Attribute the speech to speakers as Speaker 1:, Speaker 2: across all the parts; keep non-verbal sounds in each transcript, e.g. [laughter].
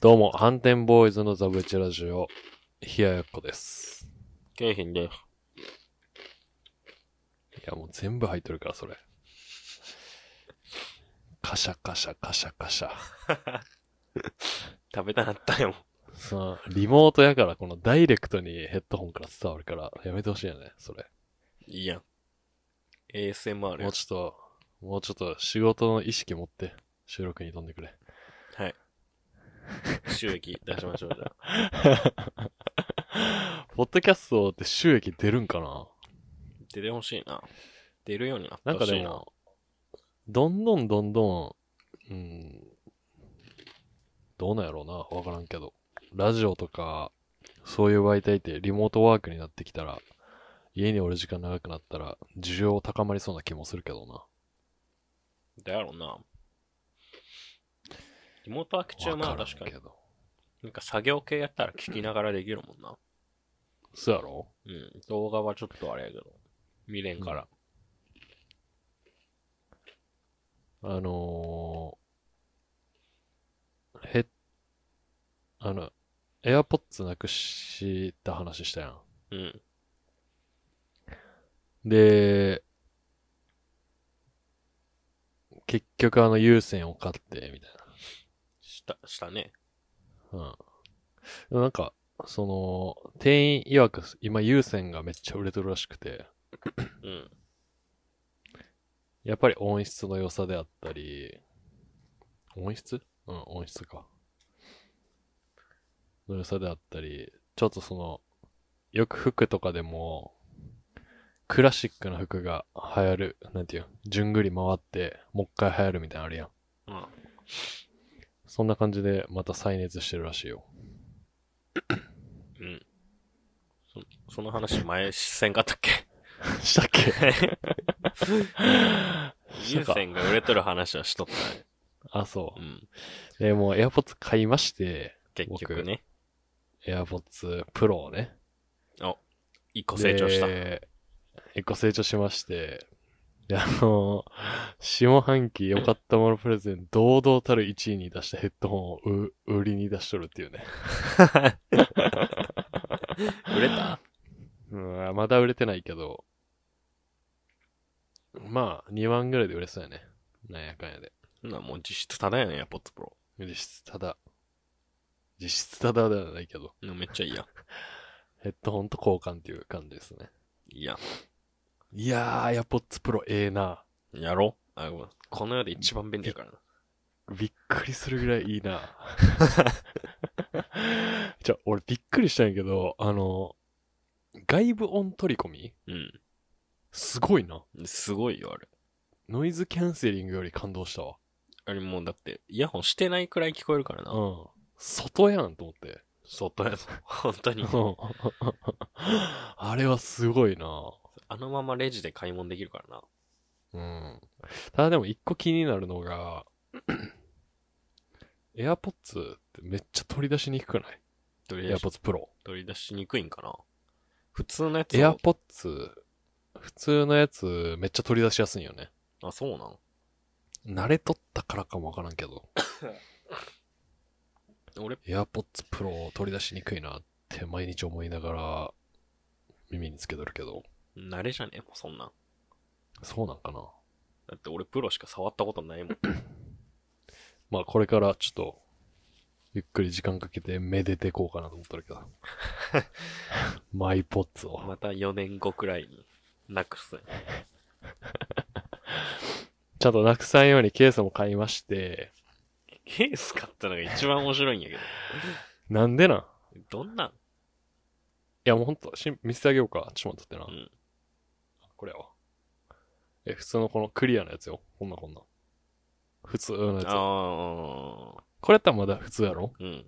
Speaker 1: どうも、反転ボーイズのザブチラジオ、ひややっこです。
Speaker 2: 景品です。
Speaker 1: いや、もう全部入ってるから、それ。カシャカシャカシャカシャ。
Speaker 2: 食べたなったよ。
Speaker 1: さあ、リモートやから、このダイレクトにヘッドホンから伝わるから、やめてほしいよね、それ。
Speaker 2: いいやん。ASMR
Speaker 1: も
Speaker 2: や
Speaker 1: う。ちょっと、もうちょっと仕事の意識持って、収録に飛んでくれ。 [laughs]
Speaker 2: はい。収益出しましょう、じ [laughs] ゃあ。
Speaker 1: ポッドキャストって収益出るんかな
Speaker 2: 出てほしいな。出るようになって
Speaker 1: なん
Speaker 2: ほ
Speaker 1: か
Speaker 2: し
Speaker 1: で
Speaker 2: いな。
Speaker 1: も、どんどんどんどん、うん、どうなんやろうな、わからんけど。ラジオとか、そういう媒体ってリモートワークになってきたら、家におる時間長くなったら、需要高まりそうな気もするけどな。
Speaker 2: だやろうな。リモートワーク中
Speaker 1: わ
Speaker 2: ま
Speaker 1: か
Speaker 2: あ
Speaker 1: らん
Speaker 2: 確かに
Speaker 1: け。ど。
Speaker 2: なんか作業系やったら聞きながらできるもんな。
Speaker 1: そうやろ
Speaker 2: うん。動画はちょっとあれやけど。見れんから。
Speaker 1: あのー、へっ、あの、AirPods なくした話したやん。
Speaker 2: うん。
Speaker 1: で、結局あの有線を買って、みたい
Speaker 2: した、したね。
Speaker 1: な。うん。でもなんか、その、店員曰く、今有線がめっちゃ売れてるらしくて、
Speaker 2: うん。
Speaker 1: やっぱり音質の良さであったり、音質うん、音質か。の良さであったり、ちょっとその、よく服とかでも、クラシックな服が流行る、なんていう、じゅんぐり回って、もう一回流行るみたいなのあるやん。
Speaker 2: うん。
Speaker 1: そんな感じでまた再熱してるらし
Speaker 2: [laughs]
Speaker 1: いよ。
Speaker 2: うん。そその話前せんかったっけ [laughs]
Speaker 1: したっけ
Speaker 2: 優先が売れとる話はしとったね。
Speaker 1: あ、そうう。
Speaker 2: ん。
Speaker 1: で、もう AirPods 買いまして、
Speaker 2: 結局ね。
Speaker 1: AirPods Pro をね。
Speaker 2: 一個成長した。
Speaker 1: で一個成長しまして、で、あの、下半期良かったものプレゼン、堂々たる1位に出したヘッドホンをう売りに出しとるっていうね。
Speaker 2: 売れた
Speaker 1: うん、まだ売れてないけど、まあ、2万ぐらいで売れそうやね。なんやかんやで。
Speaker 2: な、もう実質ただやねん、AirPods Pro。
Speaker 1: 実質ただ。実質ただではないけど、
Speaker 2: うんめっちゃいいや。
Speaker 1: ヘッドホンと交換っていう感じですね。
Speaker 2: いいや。
Speaker 1: いやー、AirPods Pro ええな。
Speaker 2: やろあ、ごめん。この世で一番便利やからな。
Speaker 1: びっくりするぐらいいい [laughs] な。じゃあ、俺びっくりしたんやけど、あの、外部音取り込みすごいな。
Speaker 2: うん。すごいよ、あれ。
Speaker 1: ノイズキャンセリングより感動したわ。
Speaker 2: あれもうだって、イヤホンしてないくらい聞こえるからな。
Speaker 1: うん。外やんと思って。
Speaker 2: 外やぞ。本当に。
Speaker 1: うんあれはすごいな。
Speaker 2: あのままレジで買い物できるからな。
Speaker 1: うん。ただでも一個気になるのが、AirPods ってめっちゃ取り出しにくくない
Speaker 2: 取り出し
Speaker 1: ?AirPods Pro。
Speaker 2: 取り出しにくいんかな。普通のやつを
Speaker 1: AirPods、普通のやつめっちゃ取り出しやすいよね。
Speaker 2: あ、そうなの
Speaker 1: 慣れとったからかもわからんけど、
Speaker 2: 俺、
Speaker 1: AirPods Pro 取り出しにくいなって毎日思いながら耳につけとるけど、
Speaker 2: 慣れじゃねえもうそんなん。
Speaker 1: そうなんかな。
Speaker 2: だって俺プロしか触ったことないもん。
Speaker 1: まあこれからちょっと、ゆっくり時間かけてめでていこうかなと思ってるけど。マイポッツを。
Speaker 2: また4年後くらいに、なくす。
Speaker 1: ちゃんとなくさんようにケースも買いまして、
Speaker 2: ケース買ったのが一番面白いんやけ
Speaker 1: なんでなん
Speaker 2: ど。どんなん
Speaker 1: いやもうほんと、し見せてあげようか。ちょっと待ってな。
Speaker 2: うん
Speaker 1: これは。え、普通のこのクリアなやつよ。こんなこんな。普通のやつ。
Speaker 2: ああ、
Speaker 1: これやったらまだ普通やろ
Speaker 2: うん。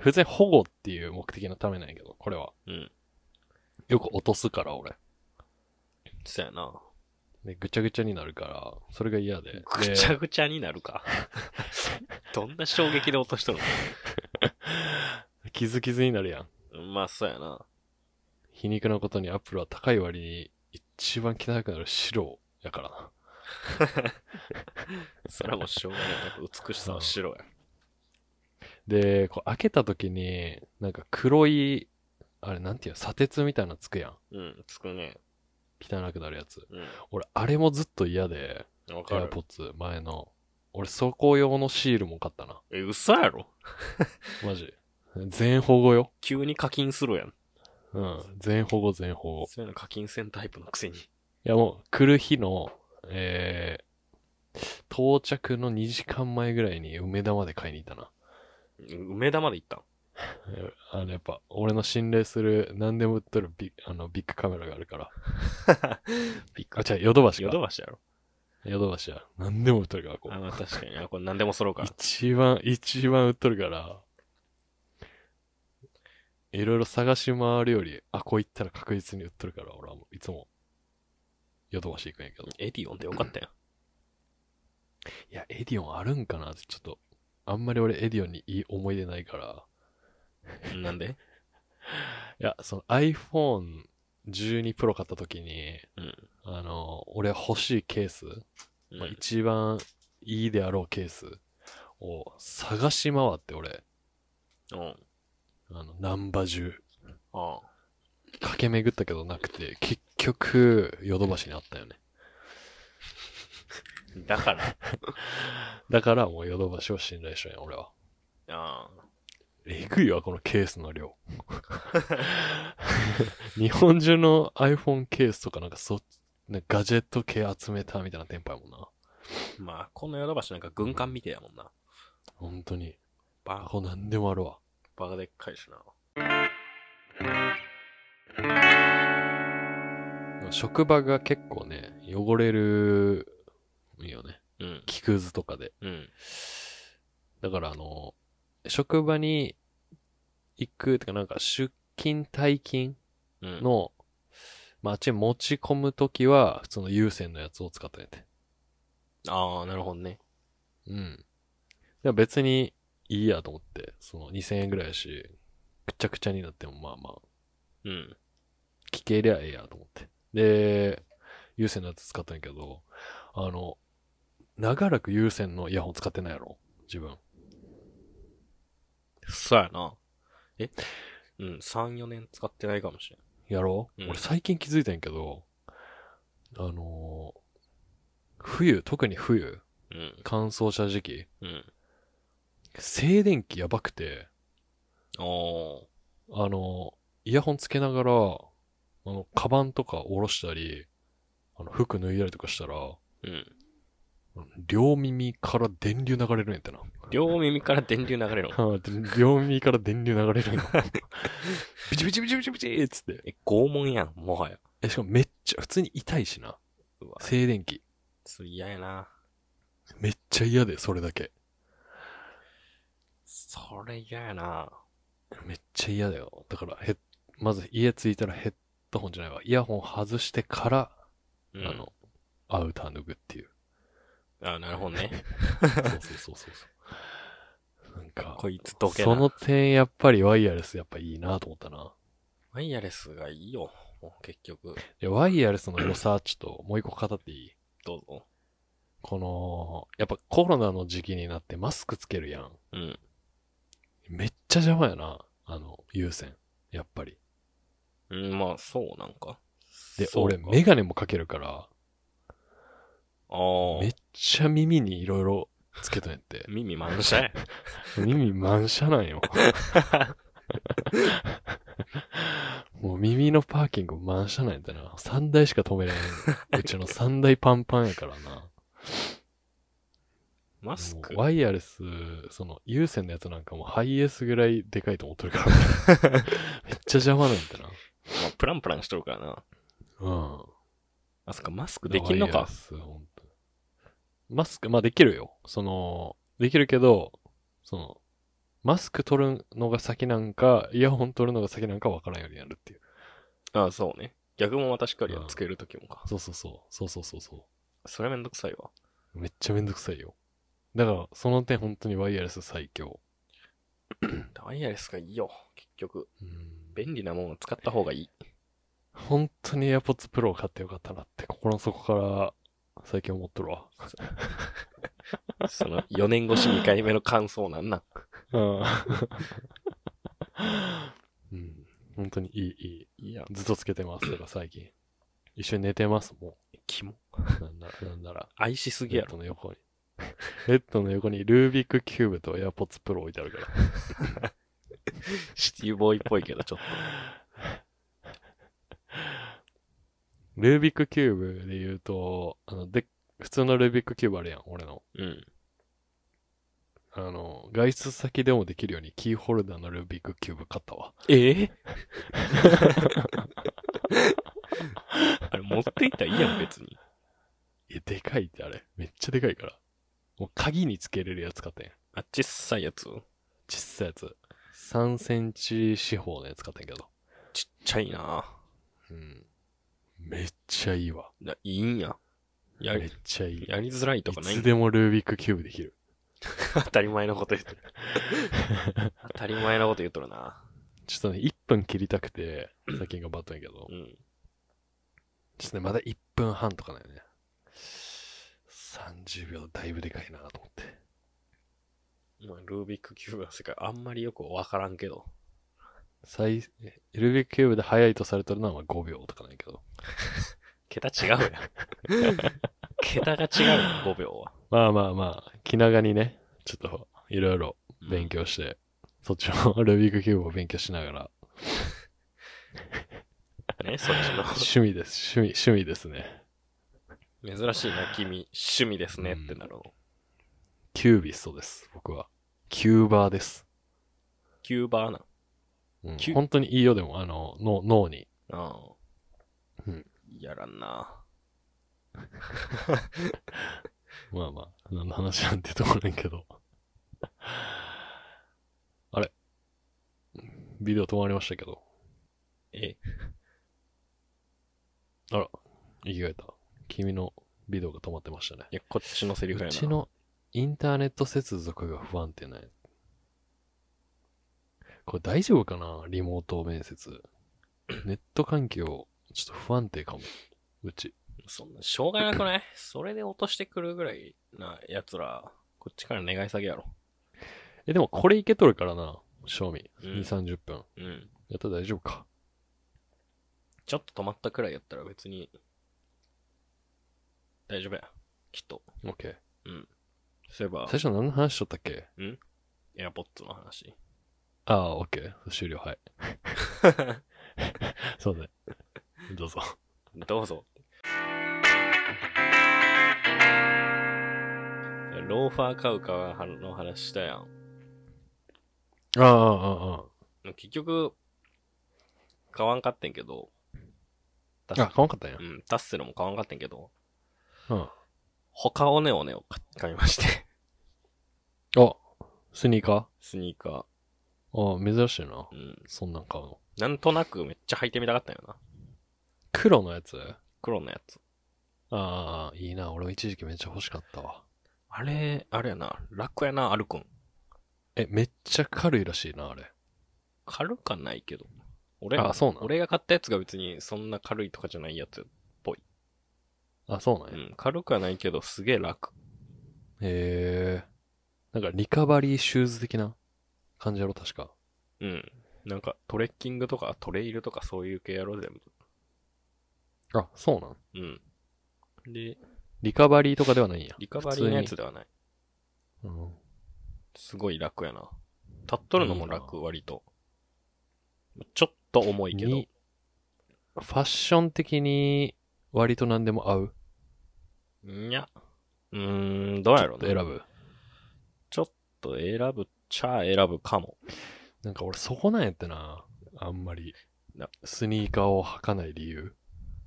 Speaker 1: 普通に保護っていう目的のためなんやけど、これは。
Speaker 2: うん。
Speaker 1: よく落とすから、俺。
Speaker 2: そやな。
Speaker 1: で、ぐちゃぐちゃになるから、それが嫌で。
Speaker 2: ぐちゃぐちゃになるか。 [laughs] どんな衝撃で落としとる
Speaker 1: で、キズキズになるやん。
Speaker 2: のうんまあ、そうやな。
Speaker 1: 皮肉なことにアップルは高い割に、一番汚くなる白やからな。
Speaker 2: それはもうしょうがない。美しさは白や。
Speaker 1: で、こう開けた時に、なんか黒い、あれなんていうの、砂鉄みたいなのつくやん。
Speaker 2: うん、つくね。
Speaker 1: 汚くなるやつ。
Speaker 2: う
Speaker 1: 俺、あれもずっと嫌で、
Speaker 2: ん。わかる。
Speaker 1: AirPods 前の。俺、そこ用のシールも買ったな。
Speaker 2: え、嘘やろ
Speaker 1: マジ。全保護よ。
Speaker 2: 急に課金するやん。
Speaker 1: うん。全保護、全保護。
Speaker 2: そういうの課金せんタイプのくせに。
Speaker 1: いや、もう、来る日の、えー、到着の2時間前ぐらいに梅田まで買いに行ったな。
Speaker 2: 梅田まで行ったん
Speaker 1: えあの、やっぱ、俺の信頼する、何でも売っとるビあのビッグカメラがある
Speaker 2: [laughs]
Speaker 1: から。
Speaker 2: びっく
Speaker 1: あ、
Speaker 2: り。
Speaker 1: 違う、ヨドバシ
Speaker 2: ヨ
Speaker 1: か。
Speaker 2: ドバシやろ
Speaker 1: ヨドバシや。何でも売っとるから、こ
Speaker 2: あ、
Speaker 1: う。
Speaker 2: まあ確かに。あ、これ何でも揃うから。
Speaker 1: 一番、一番売っとるから、いろいろ探し回るより、あ、こう行ったら確実に売っとるから、俺はもういつも、ヨドバシ行くんやけど。
Speaker 2: エディオンでよかったやん。
Speaker 1: いや、エディオンあるんかなって、ちょっと、あんまり俺エディオンにいい思い出ないから。
Speaker 2: なんで
Speaker 1: いや、その iPhone12 Pro 買った時に、
Speaker 2: うん
Speaker 1: あの、俺欲しいケース、
Speaker 2: うん
Speaker 1: まあ、一番いいであろうケースを探し回って、俺、
Speaker 2: うん。
Speaker 1: あの、ナンバ中。
Speaker 2: ああ。
Speaker 1: 駆け巡ったけどなくて、結局、ヨドバシにあったよね。
Speaker 2: だから。
Speaker 1: だからもうヨドバシを信頼しようやん、俺は。
Speaker 2: あ
Speaker 1: えぐいわ、このケースの量。日本中の iPhone ケースとかなんかそ、なんかガジェット系集めたみたいな店舗やもんな。
Speaker 2: あ。まあ、このヨドバシなんか軍艦みてえやもんな。
Speaker 1: 本当に。あ、
Speaker 2: バ
Speaker 1: こうなんでもあるわ。
Speaker 2: バカでっかいしな。
Speaker 1: 職場が結構ね、汚れる、いいよね。
Speaker 2: うん。
Speaker 1: 木くずとかで。
Speaker 2: うん。
Speaker 1: だからあの、職場に行く、てかなんか出勤退勤
Speaker 2: うん。
Speaker 1: の、まあ、あっちに持ち込むときは、普通の有線のやつを使ってねて。
Speaker 2: ああ、なるほどね。
Speaker 1: うん。でも別にいいやと思って、その2000円ぐらいやし、くちゃくちゃになってもまあまあ、
Speaker 2: うん。
Speaker 1: 聞けりゃええやと思って。で、有線のやつ使ったんやけど、あの、長らく有線のイヤホン使ってないやろ自分。
Speaker 2: そうやな。えうん、3、4年使ってないかもしれん。
Speaker 1: やろ、
Speaker 2: うん
Speaker 1: 俺最近気づいたんやけど、あのー冬、特に冬、
Speaker 2: うん。
Speaker 1: 乾燥した時期、
Speaker 2: うん。
Speaker 1: 静電気やばくて、
Speaker 2: おー。
Speaker 1: あの、イヤホンつけながら、あの、カバンとか下ろしたり、あの、服脱いだりとかしたら、
Speaker 2: うん。
Speaker 1: 両耳から電流流れるんやってな。
Speaker 2: 両耳から電流流れろ。
Speaker 1: [laughs]
Speaker 2: [laughs]
Speaker 1: はあで両耳から電流流れ [laughs] るんや。ビチビチビチビチビチっつって。
Speaker 2: え、拷問やん、もはや。
Speaker 1: え、しかもめっちゃ、普通に痛いしな。
Speaker 2: うわ、
Speaker 1: 静電気。
Speaker 2: それ嫌やな。
Speaker 1: めっちゃ嫌で、それだけ。
Speaker 2: それ嫌やな。
Speaker 1: めっちゃ嫌だよ。だから、へ、まず家着いたらヘッドホンじゃないわ。イヤホン外してから、
Speaker 2: う
Speaker 1: あ
Speaker 2: ん。
Speaker 1: の、アウター脱ぐっていう。
Speaker 2: あなるほどね。
Speaker 1: [laughs] そうそうそうそうそう。なんか、
Speaker 2: [laughs] こいつどけな。
Speaker 1: その点やっぱりワイヤレスやっぱいいなと思ったな。
Speaker 2: ワイヤレスがいいよ。もう結局。
Speaker 1: でワイヤレスの良さちょっともう一個語っていい
Speaker 2: どうぞ。
Speaker 1: この、やっぱコロナの時期になってマスクつけるやん。
Speaker 2: うん。
Speaker 1: めっちゃ邪魔やな。あの、優先。やっぱり。
Speaker 2: うん、まあ、そうなんか。
Speaker 1: で、
Speaker 2: そう
Speaker 1: 俺
Speaker 2: か
Speaker 1: メガネもかけるから、
Speaker 2: ああ。
Speaker 1: めっちゃ耳にいろいろつけとんやって。
Speaker 2: 耳満車や。
Speaker 1: 耳満車なん
Speaker 2: [laughs]
Speaker 1: よ。もう耳のパーキング満車なんやったな。3台しか止められない。うちの3台パンパンやからな。
Speaker 2: マスク
Speaker 1: もうワイヤレス、その、有線のやつなんかもうハイエースぐらいでかいと思っとる
Speaker 2: [laughs]
Speaker 1: から。めっちゃ邪魔なんやったな。
Speaker 2: まあ、プランプランしとるからな。
Speaker 1: うん。
Speaker 2: あ、そっか、マスクできんの
Speaker 1: ワイヤレ
Speaker 2: か。
Speaker 1: スほんとマスク、まあできるよ。その、できるけど、その、マスク取るのが先なんか、イヤホン取るのが先なんかわからんようになるっていう。
Speaker 2: あそうね。逆もまたしっかりや
Speaker 1: うん
Speaker 2: つけるときもか。
Speaker 1: そうそうそう。そうそうそうそ
Speaker 2: それめんどくさいわ。
Speaker 1: う。めっちゃめんどくさいよ。だから、その点本当にワイヤレス最強。
Speaker 2: ワイヤレスがいいよ。結局、
Speaker 1: うん
Speaker 2: 便利なものを使った方がいい。
Speaker 1: 本当に AirPods Pro を買ってよかったなって心の底から最近思っとるわ。
Speaker 2: その、4年越し2回目の感想なんなん。
Speaker 1: うん。 [laughs] うん。本当にいい、い
Speaker 2: いや、
Speaker 1: い。ずっとつけてますとか、最近。一緒に寝てます、も
Speaker 2: キモ。
Speaker 1: う。なんなら、なんなら。
Speaker 2: 愛しすぎ
Speaker 1: ベ
Speaker 2: や
Speaker 1: ッ
Speaker 2: ろ。
Speaker 1: ドの横に。 [laughs] ベッドの横にルービックキューブと AirPods Pro 置いてあるから。
Speaker 2: シティボーイっぽいけど、ちょっ
Speaker 1: ルービックキューブで言うと、あの、で、普通のルービックキューブあるやん、俺の。
Speaker 2: と。うん。
Speaker 1: あの、外出先でもできるようにキーホルダーのルービックキューブ買ったわ。
Speaker 2: ええ [laughs] あれ、持っていったらいいやん、別に。
Speaker 1: え、でかいってあれ。めっちゃでかいから。もう鍵につけれるやつ買ったんや。
Speaker 2: あ、小さいやつ
Speaker 1: ちっさいやつ。3センチ四方のやつ買ったんやけど。
Speaker 2: ちっちゃいな
Speaker 1: うん。めっちゃいいわ。
Speaker 2: ないいんや。や
Speaker 1: めっ
Speaker 2: り、
Speaker 1: ちゃいい。
Speaker 2: やりづらいと
Speaker 1: い
Speaker 2: かない
Speaker 1: つ
Speaker 2: んだ。
Speaker 1: でもルービックキューブできる。
Speaker 2: [laughs] 当たり前のこと言ってる。 [laughs] 当たり前のこと言っとるな
Speaker 1: ちょっとね、1分切りたくて、最近頑張ったんやけど
Speaker 2: う。ん。
Speaker 1: ちょっとね、まだ1分半とかだよね。30秒だいぶでかいなと思って。
Speaker 2: まあ、ルービックキューブの世界、あんまりよくわからんけど。
Speaker 1: 最、ルービックキューブで速いとされてるのは5秒とかなんやけど。
Speaker 2: 桁違うやん。 [laughs] 桁が違うやん、5秒は。
Speaker 1: まあまあまあ、気長にね、ちょっと、いろいろ勉強して、そっちの [laughs] ルービックキューブを勉強しながら、
Speaker 2: ね、そっ
Speaker 1: 趣味です、趣味、趣味ですね。
Speaker 2: ちの。珍しいな、君。趣味ですねってなるの。
Speaker 1: キュービストです、僕は。キューバーです。
Speaker 2: キューバーな。
Speaker 1: うん
Speaker 2: キュ
Speaker 1: 本当にいいよ、でも、あの、の脳に。
Speaker 2: ああ。
Speaker 1: うん
Speaker 2: やらんな。
Speaker 1: まあまあ、何の話なんてとこないけど。 [laughs] あれビデオ止まりましたけど。
Speaker 2: え、
Speaker 1: あら、生きがえた。君のビデオが止まってましたね。
Speaker 2: いや、こっちのセリフや
Speaker 1: う
Speaker 2: な。
Speaker 1: ちのインターネット接続が不安定なんやこれ大丈夫かなリモート面接。ネット環境、ちょっと不安定かも。うち。
Speaker 2: そんな、しょうがなくないそれで落としてくるぐらいな奴ら、こっちから願い下げやろ。
Speaker 1: え、でもこれいけとるからな。賞味。
Speaker 2: うん
Speaker 1: 2、30分。
Speaker 2: うん。
Speaker 1: やったら大丈夫か。
Speaker 2: ちょっと止まったくらいやったら別に、大丈夫や。きっと。
Speaker 1: オッケー。
Speaker 2: そういえば、
Speaker 1: 最初何の話しとったっけ
Speaker 2: エアポッツの話。
Speaker 1: ああ、オッケー。終了、
Speaker 2: [laughs]
Speaker 1: はい。そうね。どうぞ。
Speaker 2: どうぞ。ローファー買うかの話したやん。
Speaker 1: ああ、ああ、
Speaker 2: 結局、買わんかってんけど、タ
Speaker 1: ああ。あ、
Speaker 2: ッ
Speaker 1: かわんかったんや
Speaker 2: う。ん、タッセルも買わんかってんけど、
Speaker 1: うん。
Speaker 2: 他オネオネを買買いまして。 [laughs]
Speaker 1: あ、スニーカ
Speaker 2: スニーカ
Speaker 1: ーああ、珍しいな
Speaker 2: ー。。うん。
Speaker 1: そんなん買うの。
Speaker 2: なんとなくめっちゃ履いてみたかったんよな。
Speaker 1: 黒のやつ
Speaker 2: 黒のやつ。
Speaker 1: ああ、いいな。俺も一時期めっちゃ欲しかったわ。
Speaker 2: あれ、あれやな。楽やな、歩くん。
Speaker 1: え、めっちゃ軽いらしいな、あれ。
Speaker 2: 軽かないけど。俺、
Speaker 1: あそうなの
Speaker 2: 俺が買ったやつが別にそんな軽いとかじゃないやつ。
Speaker 1: あ、そうなん
Speaker 2: う
Speaker 1: や。へ
Speaker 2: ん、軽くはないけど、すげえ楽。
Speaker 1: え。なんかリカバリーシューズ的な感じやろ、確か。
Speaker 2: うん。なんか、トレッキングとか、トレイルとかそういう系やろ、全
Speaker 1: あ、そうなん。
Speaker 2: 部。うん。で、
Speaker 1: リカバリーとかではないんや。
Speaker 2: リカバリーのやつではない。
Speaker 1: うん。
Speaker 2: すごい楽やな。立っとるのも楽、割と。ちょっと重いけど
Speaker 1: に。ファッション的に割と何でも合う。
Speaker 2: にゃ。うーん、どうやろう
Speaker 1: 選
Speaker 2: ね。
Speaker 1: ぶ。
Speaker 2: ちょっと選ぶっちゃ選ぶかも。
Speaker 1: なんか俺そこなんやってな。あんまり
Speaker 2: な。
Speaker 1: スニーカーを履かない理由。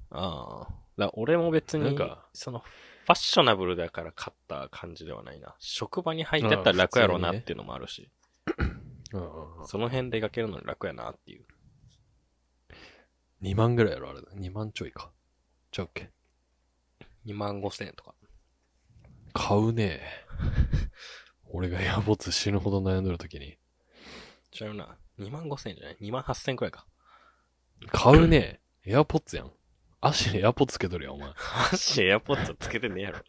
Speaker 2: ああ。だ俺も別
Speaker 1: なん
Speaker 2: に
Speaker 1: か、
Speaker 2: その、ファッショナブルだから買った感じではないな。職場に履いてあったら楽やろうなっていうのもあるし、
Speaker 1: うんうんうん。
Speaker 2: その辺出かけるのに楽やなっていう。
Speaker 1: 2万ぐらいやろ、あれ。2万ちょいか。じゃあ OK。
Speaker 2: 2万5千円とか。
Speaker 1: 買うね俺がエアポッツ死ぬほど悩んでる時に。
Speaker 2: 違うな。2万5千円じゃない ?2 万8千円くらいか。
Speaker 1: 買うねエアポッツやん。足にエアポッツつけとるやん、お前。
Speaker 2: 足エアポッドつけてねえやろ。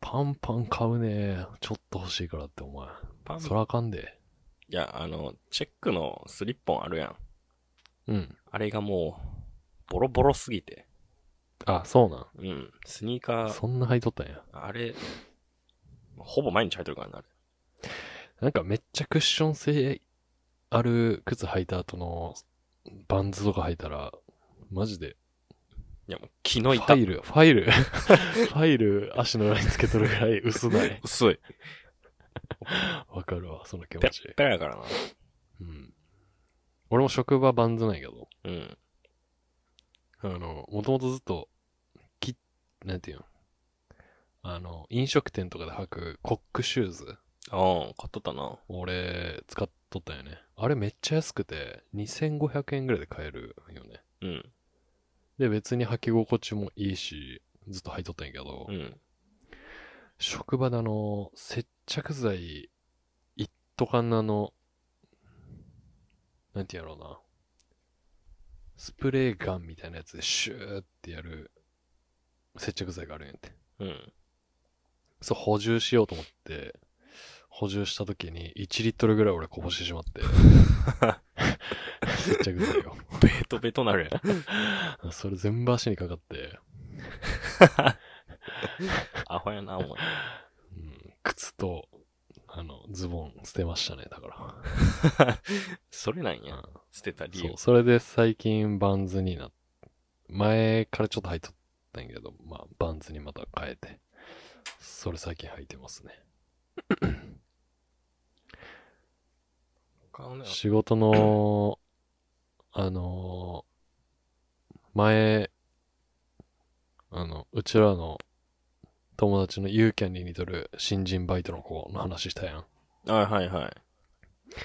Speaker 1: パンパン買うねちょっと欲しいからって、お前。
Speaker 2: パン。
Speaker 1: そらあかんで。
Speaker 2: いや、あの、チェックのスリッポンあるやん。
Speaker 1: うん。
Speaker 2: あれがもう、ボロボロすぎて。
Speaker 1: あ、そうな
Speaker 2: うん。スニーカ
Speaker 1: ん。
Speaker 2: ー、
Speaker 1: そんな履いとったんや。
Speaker 2: あれ、ほぼ毎日履いてるからな、あれ。
Speaker 1: なんかめっちゃクッション性ある靴履いた後のバンズとか履いたら、マジで、
Speaker 2: いや、もう、気
Speaker 1: フ
Speaker 2: の痛
Speaker 1: ァ。イル、ファイル、 [laughs] ファイル足の裏につけとるぐらい薄ない。
Speaker 2: 薄い。
Speaker 1: わかるわ、その気
Speaker 2: ペ
Speaker 1: 持
Speaker 2: ラ
Speaker 1: ち。
Speaker 2: ッペラやからな。
Speaker 1: うん。俺も職場バンズないけど、
Speaker 2: うん。
Speaker 1: あの、もともとずっと、き、なんていうのあの、飲食店とかで履くコックシューズ。
Speaker 2: ああ、買っとったな。
Speaker 1: 俺、使っとったよね。あれめっちゃ安くて、2500円ぐらいで買えるよね。
Speaker 2: うん。
Speaker 1: で、別に履き心地もいいし、ずっと履いとったんやけど、
Speaker 2: うん。
Speaker 1: 職場であの、接着剤、一斗缶のあの、なんていうんやろうな、スプレーガンみたいなやつでシューってやる接着剤があるんやって。
Speaker 2: うん。
Speaker 1: そう、補充しようと思って、補充した時に1リットルぐらい俺こぼしてしま
Speaker 2: [laughs]
Speaker 1: って、 [laughs] 接着剤を。
Speaker 2: ベトベトなるやん。
Speaker 1: それ全部足にかかって、
Speaker 2: アホやな、お前。
Speaker 1: うん、靴と、あの、ズボン捨てましたね、だか
Speaker 2: それなん
Speaker 1: ら。
Speaker 2: や。
Speaker 1: うん
Speaker 2: 捨てた理
Speaker 1: そう
Speaker 2: 由、。
Speaker 1: それで最近バンズになっ前からちょっと履いとったんやけど、まあ、バンズにまた変えて、それ最近履いてますね。
Speaker 2: 買うなよ
Speaker 1: 仕事
Speaker 2: [clears throat]
Speaker 1: の、あのー前、あの、うちらの友達のユーキャンに似とる新人バイトの子の話したやん。
Speaker 2: はいはいはい。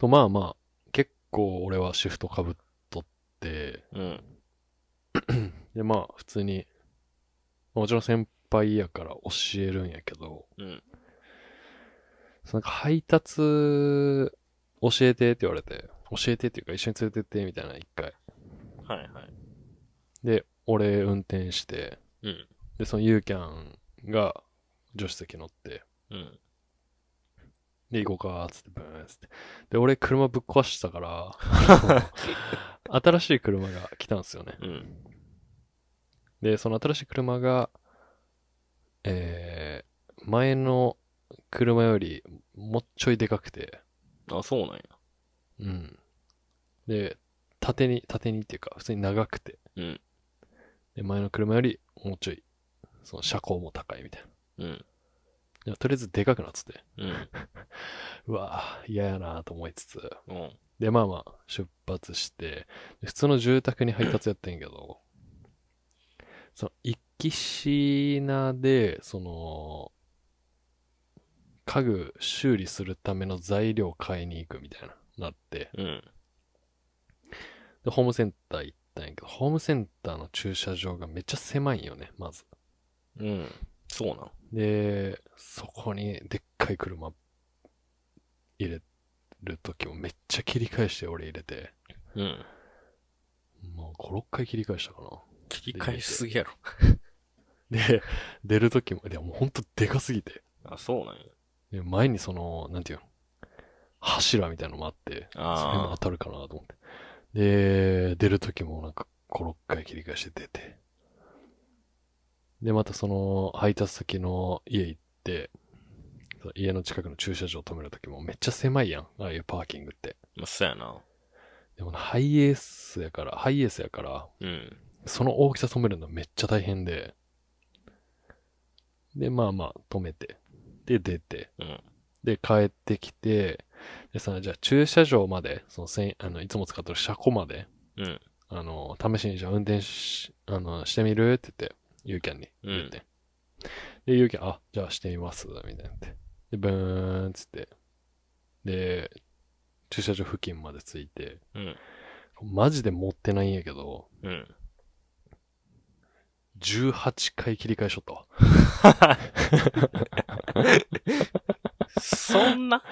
Speaker 1: と、まあまあ、結構俺はシフトかぶっとって、
Speaker 2: うん。
Speaker 1: で、まあ、普通に、もちろん先輩やから教えるんやけど、
Speaker 2: うん。
Speaker 1: そのなんか配達、教えてって言われて、教えてっていうか一緒に連れてってみたいな一回。
Speaker 2: はいはい。
Speaker 1: で、俺運転して、
Speaker 2: うん。
Speaker 1: で、そのユーキャンが助手席乗って、
Speaker 2: うん。
Speaker 1: で、行こうか、っつって、ブーン、つって。で、俺車ぶっ壊してた
Speaker 2: [laughs]
Speaker 1: から、あの新しい車が来たんですよね。
Speaker 2: うん。
Speaker 1: で、その新しい車が、えー、前の車よりもうちょいでかくて、
Speaker 2: あ、そうなんや。
Speaker 1: うん。で、縦に、縦にっていうか、普通に長くて、
Speaker 2: うん。
Speaker 1: で、前の車よりもうちょい、その車高も高いみたいな。
Speaker 2: うん。
Speaker 1: でとりあえずでかくなってて、
Speaker 2: うん。
Speaker 1: うわぁ、嫌やなぁと思いつつ、
Speaker 2: うん。
Speaker 1: で、まあまあ、出発して、で普通の住宅に配達やってんけど、その、一気品で、その、家具修理するための材料買いに行くみたいな、なって、
Speaker 2: うん。
Speaker 1: で、ホームセンター行ったんやけど、ホームセンターの駐車場がめっちゃ狭いんよね、まず。
Speaker 2: うん。そうなん。
Speaker 1: で、そこにでっかい車入れるときもめっちゃ切り返して俺入れて、
Speaker 2: うん。
Speaker 1: もう5、6回切り返したかな。
Speaker 2: 切り返しすぎやろ。
Speaker 1: で、 [laughs] 出るときも、いやもうほんとでかすぎて。
Speaker 2: あ、そうなんや。
Speaker 1: で前にその、なんていうの、柱みたいなのもあって、それも当
Speaker 2: あ
Speaker 1: たるかなと思って。で、出るときもなんか5、6回切り返して出て。で、またその、配達先の家行って、その家の近くの駐車場止めるときもめっちゃ狭いやん。ああいうパーキングって。
Speaker 2: あ。まあ、そうやな。
Speaker 1: でもハイエースやから、ハイエースやから、
Speaker 2: うん。
Speaker 1: その大きさ止めるのめっちゃ大変で。で、まあまあ、止めて。で、出て。
Speaker 2: うん。
Speaker 1: で、帰ってきて、でさ、じゃあ駐車場まで、そのせん、あの、いつも使ってる車庫まで、
Speaker 2: うん。
Speaker 1: あの、試しにじゃあ運転し、あの、してみるって言って、ユーキャンに言って。で、ユーキャン、あ、じゃあしてみます、みたいになって。で、ブーンっつって。で、駐車場付近まで着いて、
Speaker 2: うん。
Speaker 1: マジで持ってないんやけど、
Speaker 2: うん。
Speaker 1: 18回切り返しとったわ。
Speaker 2: そんな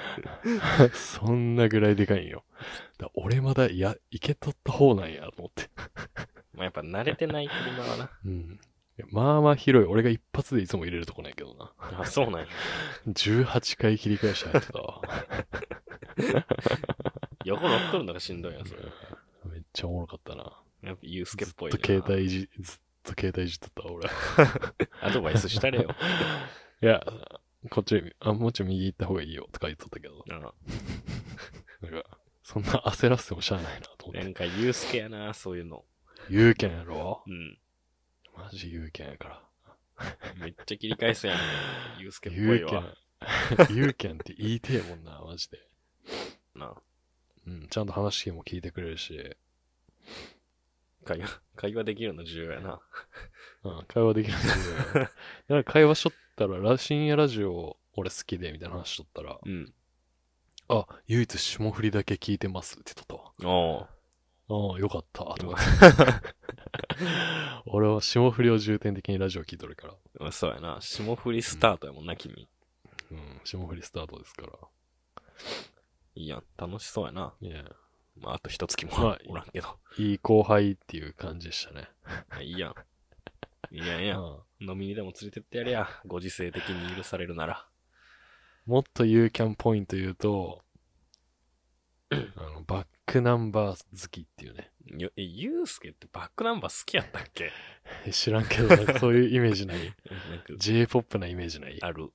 Speaker 1: [laughs] そんなぐらいでかいんよ。だ俺まだ、いや、いけとった方なんや、と思って。
Speaker 2: まあ、やっぱ慣れてない車はな。
Speaker 1: うん。やまあまあ広い。俺が一発でいつも入れるとこないけどな。
Speaker 2: あ、そうなんや。
Speaker 1: 18回切り返して入ってた [laughs] わ。
Speaker 2: 横乗っとるのがしんどいな、それ。
Speaker 1: めっちゃおもろかったな。
Speaker 2: やっぱユースケっぽい
Speaker 1: ず
Speaker 2: な
Speaker 1: っと携帯いじ、ずっと携帯いじっとったわ俺。
Speaker 2: アドバイスしたれよ。
Speaker 1: いや、こっち、あ、もうちょい右行った方がいいよとか言っとったけど。
Speaker 2: うん
Speaker 1: なんか、そんな焦らせてもしゃあないなと思
Speaker 2: な
Speaker 1: って。
Speaker 2: んかユースケやな、そういうの。
Speaker 1: 有権やろ
Speaker 2: うん。
Speaker 1: マジ有権やから。
Speaker 2: めっちゃ切り返す
Speaker 1: [laughs]
Speaker 2: やん。ユースケっぽ
Speaker 1: 有
Speaker 2: いわ。
Speaker 1: 権。有権って言いてえもんな、マジで。
Speaker 2: な
Speaker 1: うん、ちゃんと話も聞いてくれるし、
Speaker 2: 会話、会話できるの重要やな。
Speaker 1: うん、会話できるし。なんか深い会話しとったら、ラ深夜ラジオ俺好きで、みたいな話しとったら、
Speaker 2: うん。
Speaker 1: あ、唯一霜降りだけ聞いてますって言っとったわ。
Speaker 2: おう
Speaker 1: ああ、よかった、とか。俺は霜降りを重点的にラジオ聞いとるから。
Speaker 2: うんそうやな。霜降りスタートやもんな、君。
Speaker 1: うん、霜降りスタートですから。
Speaker 2: いいやん。楽しそうやな。
Speaker 1: いや、
Speaker 2: まあ、あと一月も
Speaker 1: まあ
Speaker 2: おらんけど。
Speaker 1: いい後輩っていう感じでしたね。
Speaker 2: いいやん。いいやんいいやん。
Speaker 1: うん
Speaker 2: 飲みにでも連れてってやれや。ご時世的に許されるなら。
Speaker 1: もっとユーキャンポイント言うと、あの、バックナンバー好きっていうね。 [laughs]
Speaker 2: よえ、ユースケってバックナンバー好きやったっけ
Speaker 1: 知らんけど、なんかそういうイメージない。 [laughs]
Speaker 2: なんか
Speaker 1: J-POP なイメージない。
Speaker 2: ある。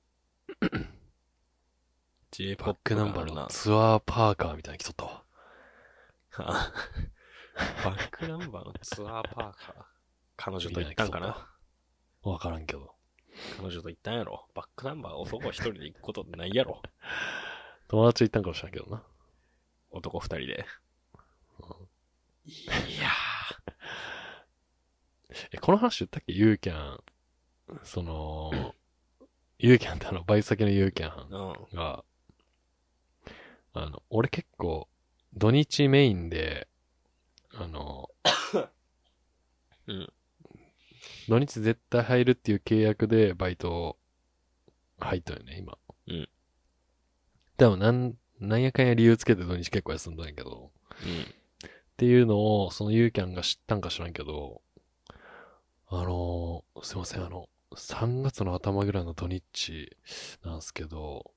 Speaker 2: J-POP
Speaker 1: バックナンバー
Speaker 2: が
Speaker 1: の
Speaker 2: あ
Speaker 1: ツアーパーカーみたいなの着とったわ。
Speaker 2: [laughs] るなバックナンバーのツアーパーカー。彼女と行ったんか
Speaker 1: みんな
Speaker 2: な
Speaker 1: わからんけど。
Speaker 2: 彼女と行ったんやろ。バックナンバー男一人で行くことないやろ。
Speaker 1: 友達と行ったんかもしれんけどな。
Speaker 2: 男二人で。いや
Speaker 1: え、この話言ったっけユーキャン、そ [laughs] の、ユーキャンってあの、バイト先のユーキャン
Speaker 2: ー。うん。
Speaker 1: が、あの、俺結構、土日メインで、あの、
Speaker 2: うん
Speaker 1: 土日絶対入るっていう契約でバイト入ったよね、今。
Speaker 2: うん。
Speaker 1: でもなん、なんやかんや理由つけて土日結構休んだんやけど、っていうのを、そのユーキャンが知ったんか知らんけど、あのーすいません、あの、3月の頭ぐらいの土日なんすけど、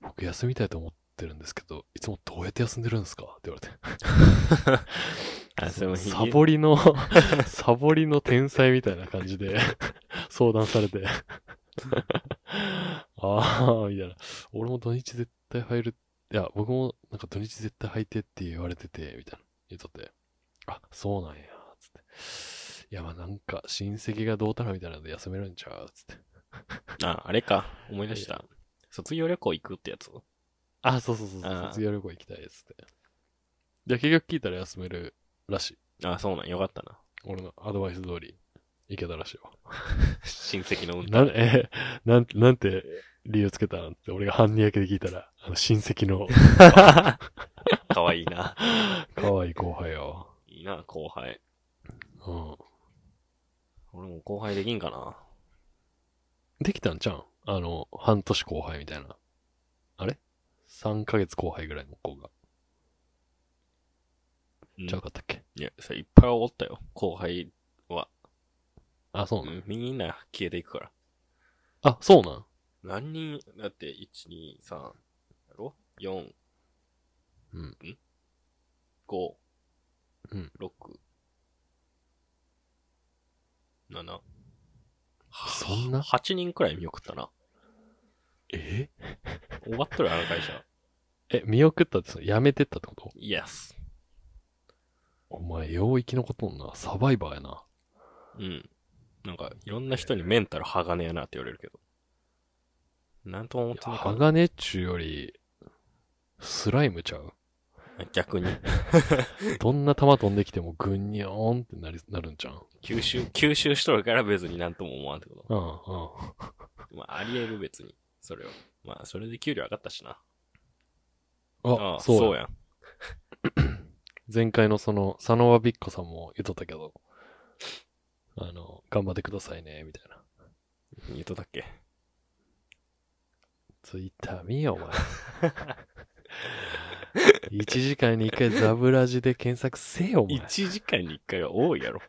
Speaker 1: 僕休みたいと思ってるんですけど、いつもどうやって休んでるんですかって言われて。
Speaker 2: あ、その日
Speaker 1: サボりの、 [laughs] サボりの天才みたいな感じで [laughs] 相談されて [laughs] ああ、みたいな。俺も土日絶対入る。いや、僕もなんか土日絶対入ってって言われてて、みたいな。言っとって。あ、そうなんや、つって。いや、まあなんか親戚がどうたらみたいなので休めるんちゃうつって。
Speaker 2: あ、あれか。思い出した。卒業旅行行くってやつ
Speaker 1: あ、そうそうそうそう
Speaker 2: あー
Speaker 1: 卒業旅行行きたいですって。で、結局聞いたら休めるらしい。
Speaker 2: あ、そうなん。よかったな。
Speaker 1: 俺のアドバイス通り、行けたらしいわ。
Speaker 2: 親戚の運
Speaker 1: なん、え、なん、なんて理由つけたのって、俺が半にやけで聞いたら、あの、親戚 [laughs] の
Speaker 2: [laughs] かわいいな。
Speaker 1: 可愛い後輩を。
Speaker 2: いいな、後輩。
Speaker 1: うん。
Speaker 2: 俺も後輩できんかな。
Speaker 1: できたんちゃうんあの、半年後輩みたいな。あれ ?3 ヶ月後輩ぐらいの子が。
Speaker 2: うん
Speaker 1: ちゃうかったっけ
Speaker 2: いや、それいっぱいおったよ。後輩。
Speaker 1: あ、そううなん。
Speaker 2: ん、みんな消えていくから。
Speaker 1: あ、そうなん
Speaker 2: 何人、だって、1、2、3、やろ ?4、
Speaker 1: うん。
Speaker 2: 5、
Speaker 1: うん、
Speaker 2: 6、7、
Speaker 1: そんな
Speaker 2: 8人くらい見送ったな。
Speaker 1: え
Speaker 2: 終わっとる、あの会社。
Speaker 1: え、見送ったってその、やめてったってこと
Speaker 2: イエス。
Speaker 1: お前、よう生き残っとんな。サバイバーやな。
Speaker 2: うん。なんか、いろんな人にメンタル鋼やなって言われるけど。なんとも思ってないから
Speaker 1: 鋼っちゅうより、スライムちゃう
Speaker 2: 逆に。
Speaker 1: どんな球飛んできてもぐにょーんってなりなるんちゃうん
Speaker 2: 吸収、吸収しとるから別になんとも思わんってこ
Speaker 1: うんうん。
Speaker 2: と。まあ、あり得る別に。それは。まあ、それで給料上がったしな。
Speaker 1: あ、
Speaker 2: ああ、
Speaker 1: そう
Speaker 2: そう
Speaker 1: や。
Speaker 2: やん。
Speaker 1: 前回のその、佐野和びっこさんも言っとったけど、あの、頑張ってくださいね、みたいな。
Speaker 2: 言うとったっけ
Speaker 1: ツイッター見よ、お前。1時間に1回ザブラジで検索せよ、お前。
Speaker 2: ?1 時間に1回は多いやろ。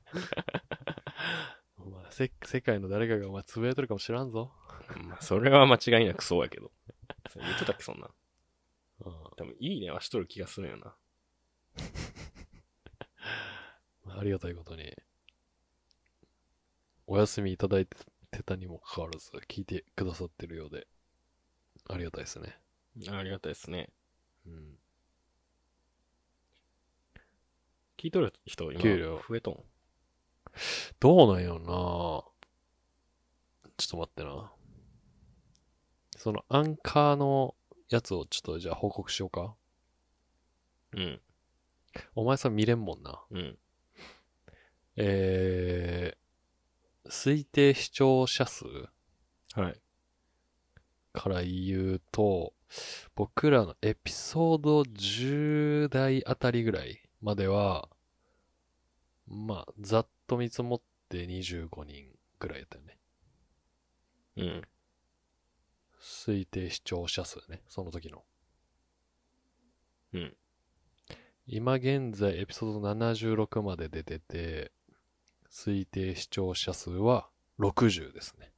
Speaker 1: お前せ世界の誰かがお前つぶやいとるかもしらんぞ。
Speaker 2: まあ、それは間違いなくそうやけど。 [laughs] それ言ってたっけ、そんなん。
Speaker 1: うん。
Speaker 2: 多分、いいねはしとる気がするんやな。
Speaker 1: ありがたいことに、お休みいただいてたにもかかわらず、聞いてくださってるようで、ありがたいですね。
Speaker 2: ありがたいですね。
Speaker 1: うん。
Speaker 2: 聞いとる人、今、
Speaker 1: 給料
Speaker 2: 増えとん。
Speaker 1: どうなんやろなちょっと待ってな。そのアンカーのやつをちょっとじゃあ報告しようか。
Speaker 2: うん、
Speaker 1: お前さん見れんもんな。
Speaker 2: うん、
Speaker 1: えー、推定視聴者数
Speaker 2: はい。
Speaker 1: から言うと、僕らのエピソード10代あたりぐらいまでは、まあ、ざっと見積もって25人ぐらいだったよね。
Speaker 2: うん。
Speaker 1: 推定視聴者数ね、その時の。
Speaker 2: うん。
Speaker 1: 今現在エピソード76まで出てて、推定視聴者数は60ですね。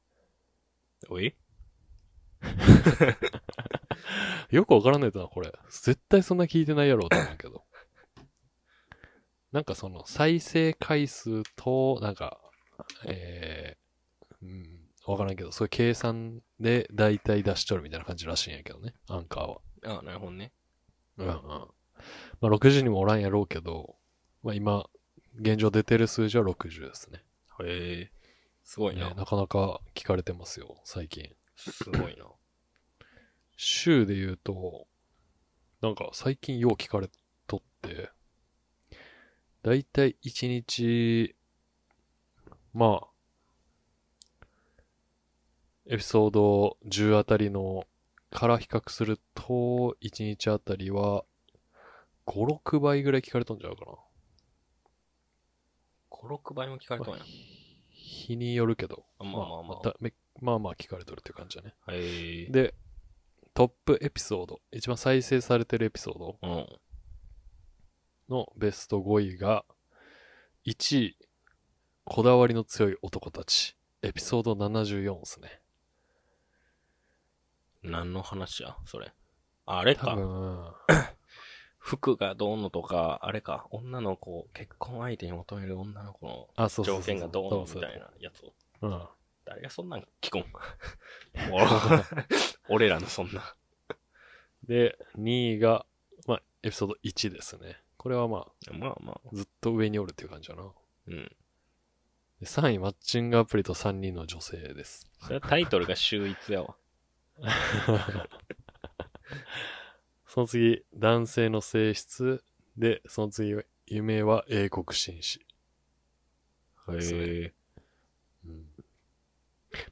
Speaker 2: おい
Speaker 1: よくわからないとな、これ。絶対そんな聞いてないやろうと思うけど。 [laughs] なんかその再生回数と、なんか、えー、うん、わからんけど、そういう計算で大体出しとるみたいな感じらしいんやけどね、アンカーは。
Speaker 2: ああ、なるほどね。
Speaker 1: うんうん。まあ60にもおらんやろうけど、まあ今、現状出てる数字は60ですね。
Speaker 2: へえ。すごいな
Speaker 1: ね。なかなか聞かれてますよ、最近。
Speaker 2: すごいな。
Speaker 1: 週で言うと、なんか最近よう聞かれとって、だいたい1日、まあ、エピソード10あたりのから比較すると、1日あたりは5、6倍ぐらい聞かれとんじゃないかな。
Speaker 2: 5、6倍も聞かれた
Speaker 1: [laughs]
Speaker 2: んや。
Speaker 1: 日によるけど、
Speaker 2: あまあまあまあ
Speaker 1: ためまあまあ聞かれとるっていう感じだね。
Speaker 2: へえ。
Speaker 1: で、トップエピソード、一番再生されてるエピソード
Speaker 2: うん。
Speaker 1: のベスト5位が、1位、こだわりの強い男たち、エピソード74ですね。
Speaker 2: 何の話や、それ。ああれ
Speaker 1: 多
Speaker 2: か。
Speaker 1: 分、
Speaker 2: 服がどうのとか、あれか。女の子、結婚相手に求める女の子の
Speaker 1: あ、そうそうそう
Speaker 2: 条件がどうのみたい
Speaker 1: な。
Speaker 2: なやつを。
Speaker 1: そううん。
Speaker 2: 誰がそんなん聞 [laughs] こんお俺らのそんな。
Speaker 1: で、2位が、まあ、エピソード1ですね。これはまあ、
Speaker 2: まあまあ。
Speaker 1: ずっと上におるっていう感じだな。
Speaker 2: うん。
Speaker 1: で3位、マッチングアプリと3人の女性です。
Speaker 2: それはタイトルが秀逸やわ。
Speaker 1: その次、男性の性質。で、その次、夢は英国紳士。
Speaker 2: へえ。
Speaker 1: うん、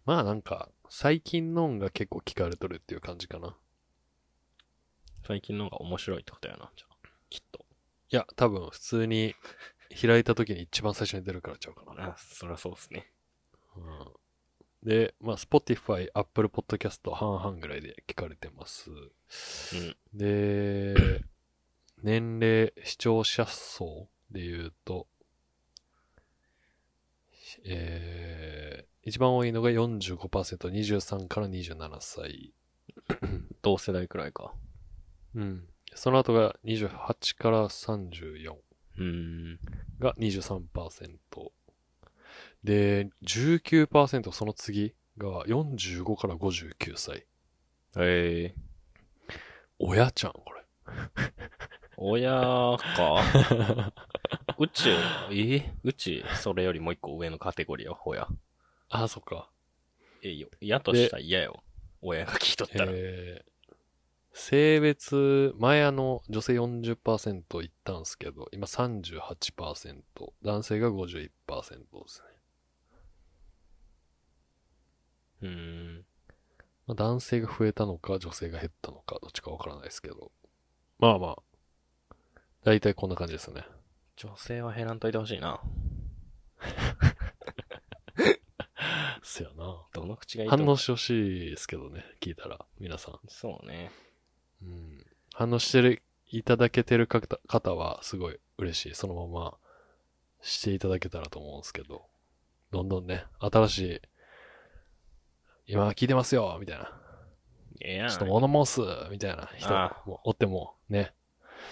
Speaker 1: まあなんか、最近のんが結構聞かれとるっていう感じかな。
Speaker 2: 最近のが面白いってことやな、じゃあ。きっと。
Speaker 1: いや、多分普通に開いた時に一番最初に出るからちゃうかな
Speaker 2: あ、。そりゃそうっすね。
Speaker 1: うん、で、まあ Spotify、Apple Podcast 半々ぐらいで聞かれてます。
Speaker 2: うん。
Speaker 1: で、年齢、視聴者層で言うと、えー、一番多いのが45%、23から27歳。
Speaker 2: 同世代くらいか。
Speaker 1: うん。その後が28から34
Speaker 2: うーん。
Speaker 1: が23%。で、19%その次が45から59歳。
Speaker 2: へえ。
Speaker 1: 親ちゃん、これ。
Speaker 2: 親 [laughs] かうち、えうち、それよりもう一個上のカテゴリーは親。
Speaker 1: あ、そっか。
Speaker 2: えいよ。嫌としたら嫌よ。親が聞いとったら。
Speaker 1: えー性別、前あの女性40%いったんすけど、今38%、男性が51%ですね。
Speaker 2: うーん。
Speaker 1: まあ、男性が増えたのか、女性が減ったのか、どっちかわからないですけど。まあまあ。だいたいこんな感じですね。
Speaker 2: 女性は減らんといてほしいな。
Speaker 1: そやな。
Speaker 2: どの口がいいと
Speaker 1: 反
Speaker 2: 思う
Speaker 1: 応してほしいですけどね、聞いたら、皆さん。
Speaker 2: そうね。
Speaker 1: うん、反応してる、いただけてる方方は、すごい嬉しい。そのまましていただけたらと思うんですけど。どんどんね、新しい、今聞いてますよみたいな。
Speaker 2: ええやん
Speaker 1: ちょっと物申すみたいな人
Speaker 2: あ
Speaker 1: もおってもね、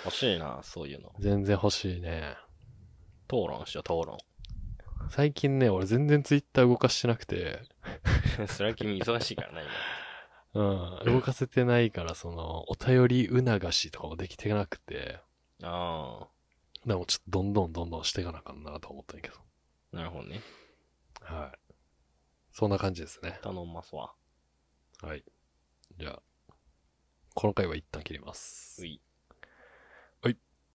Speaker 2: 欲しいな、そういうの。
Speaker 1: 全然欲しいね。
Speaker 2: 討論しよう、討論。 [laughs]
Speaker 1: 最近ね、俺全然ツイッター動かしてなくて、
Speaker 2: それは君忙しいからな、今。
Speaker 1: うん、動かせてないから、その、お便り促しとかもできてなくて、
Speaker 2: あ
Speaker 1: でもちょっとどんどんどんどんしていかなあかんなと思ったんやけど。
Speaker 2: あ、なるほどね。
Speaker 1: はい。そんな感じですね。
Speaker 2: 頼んますわ。
Speaker 1: はい。じゃあ、この回は一旦切ります
Speaker 2: う。い。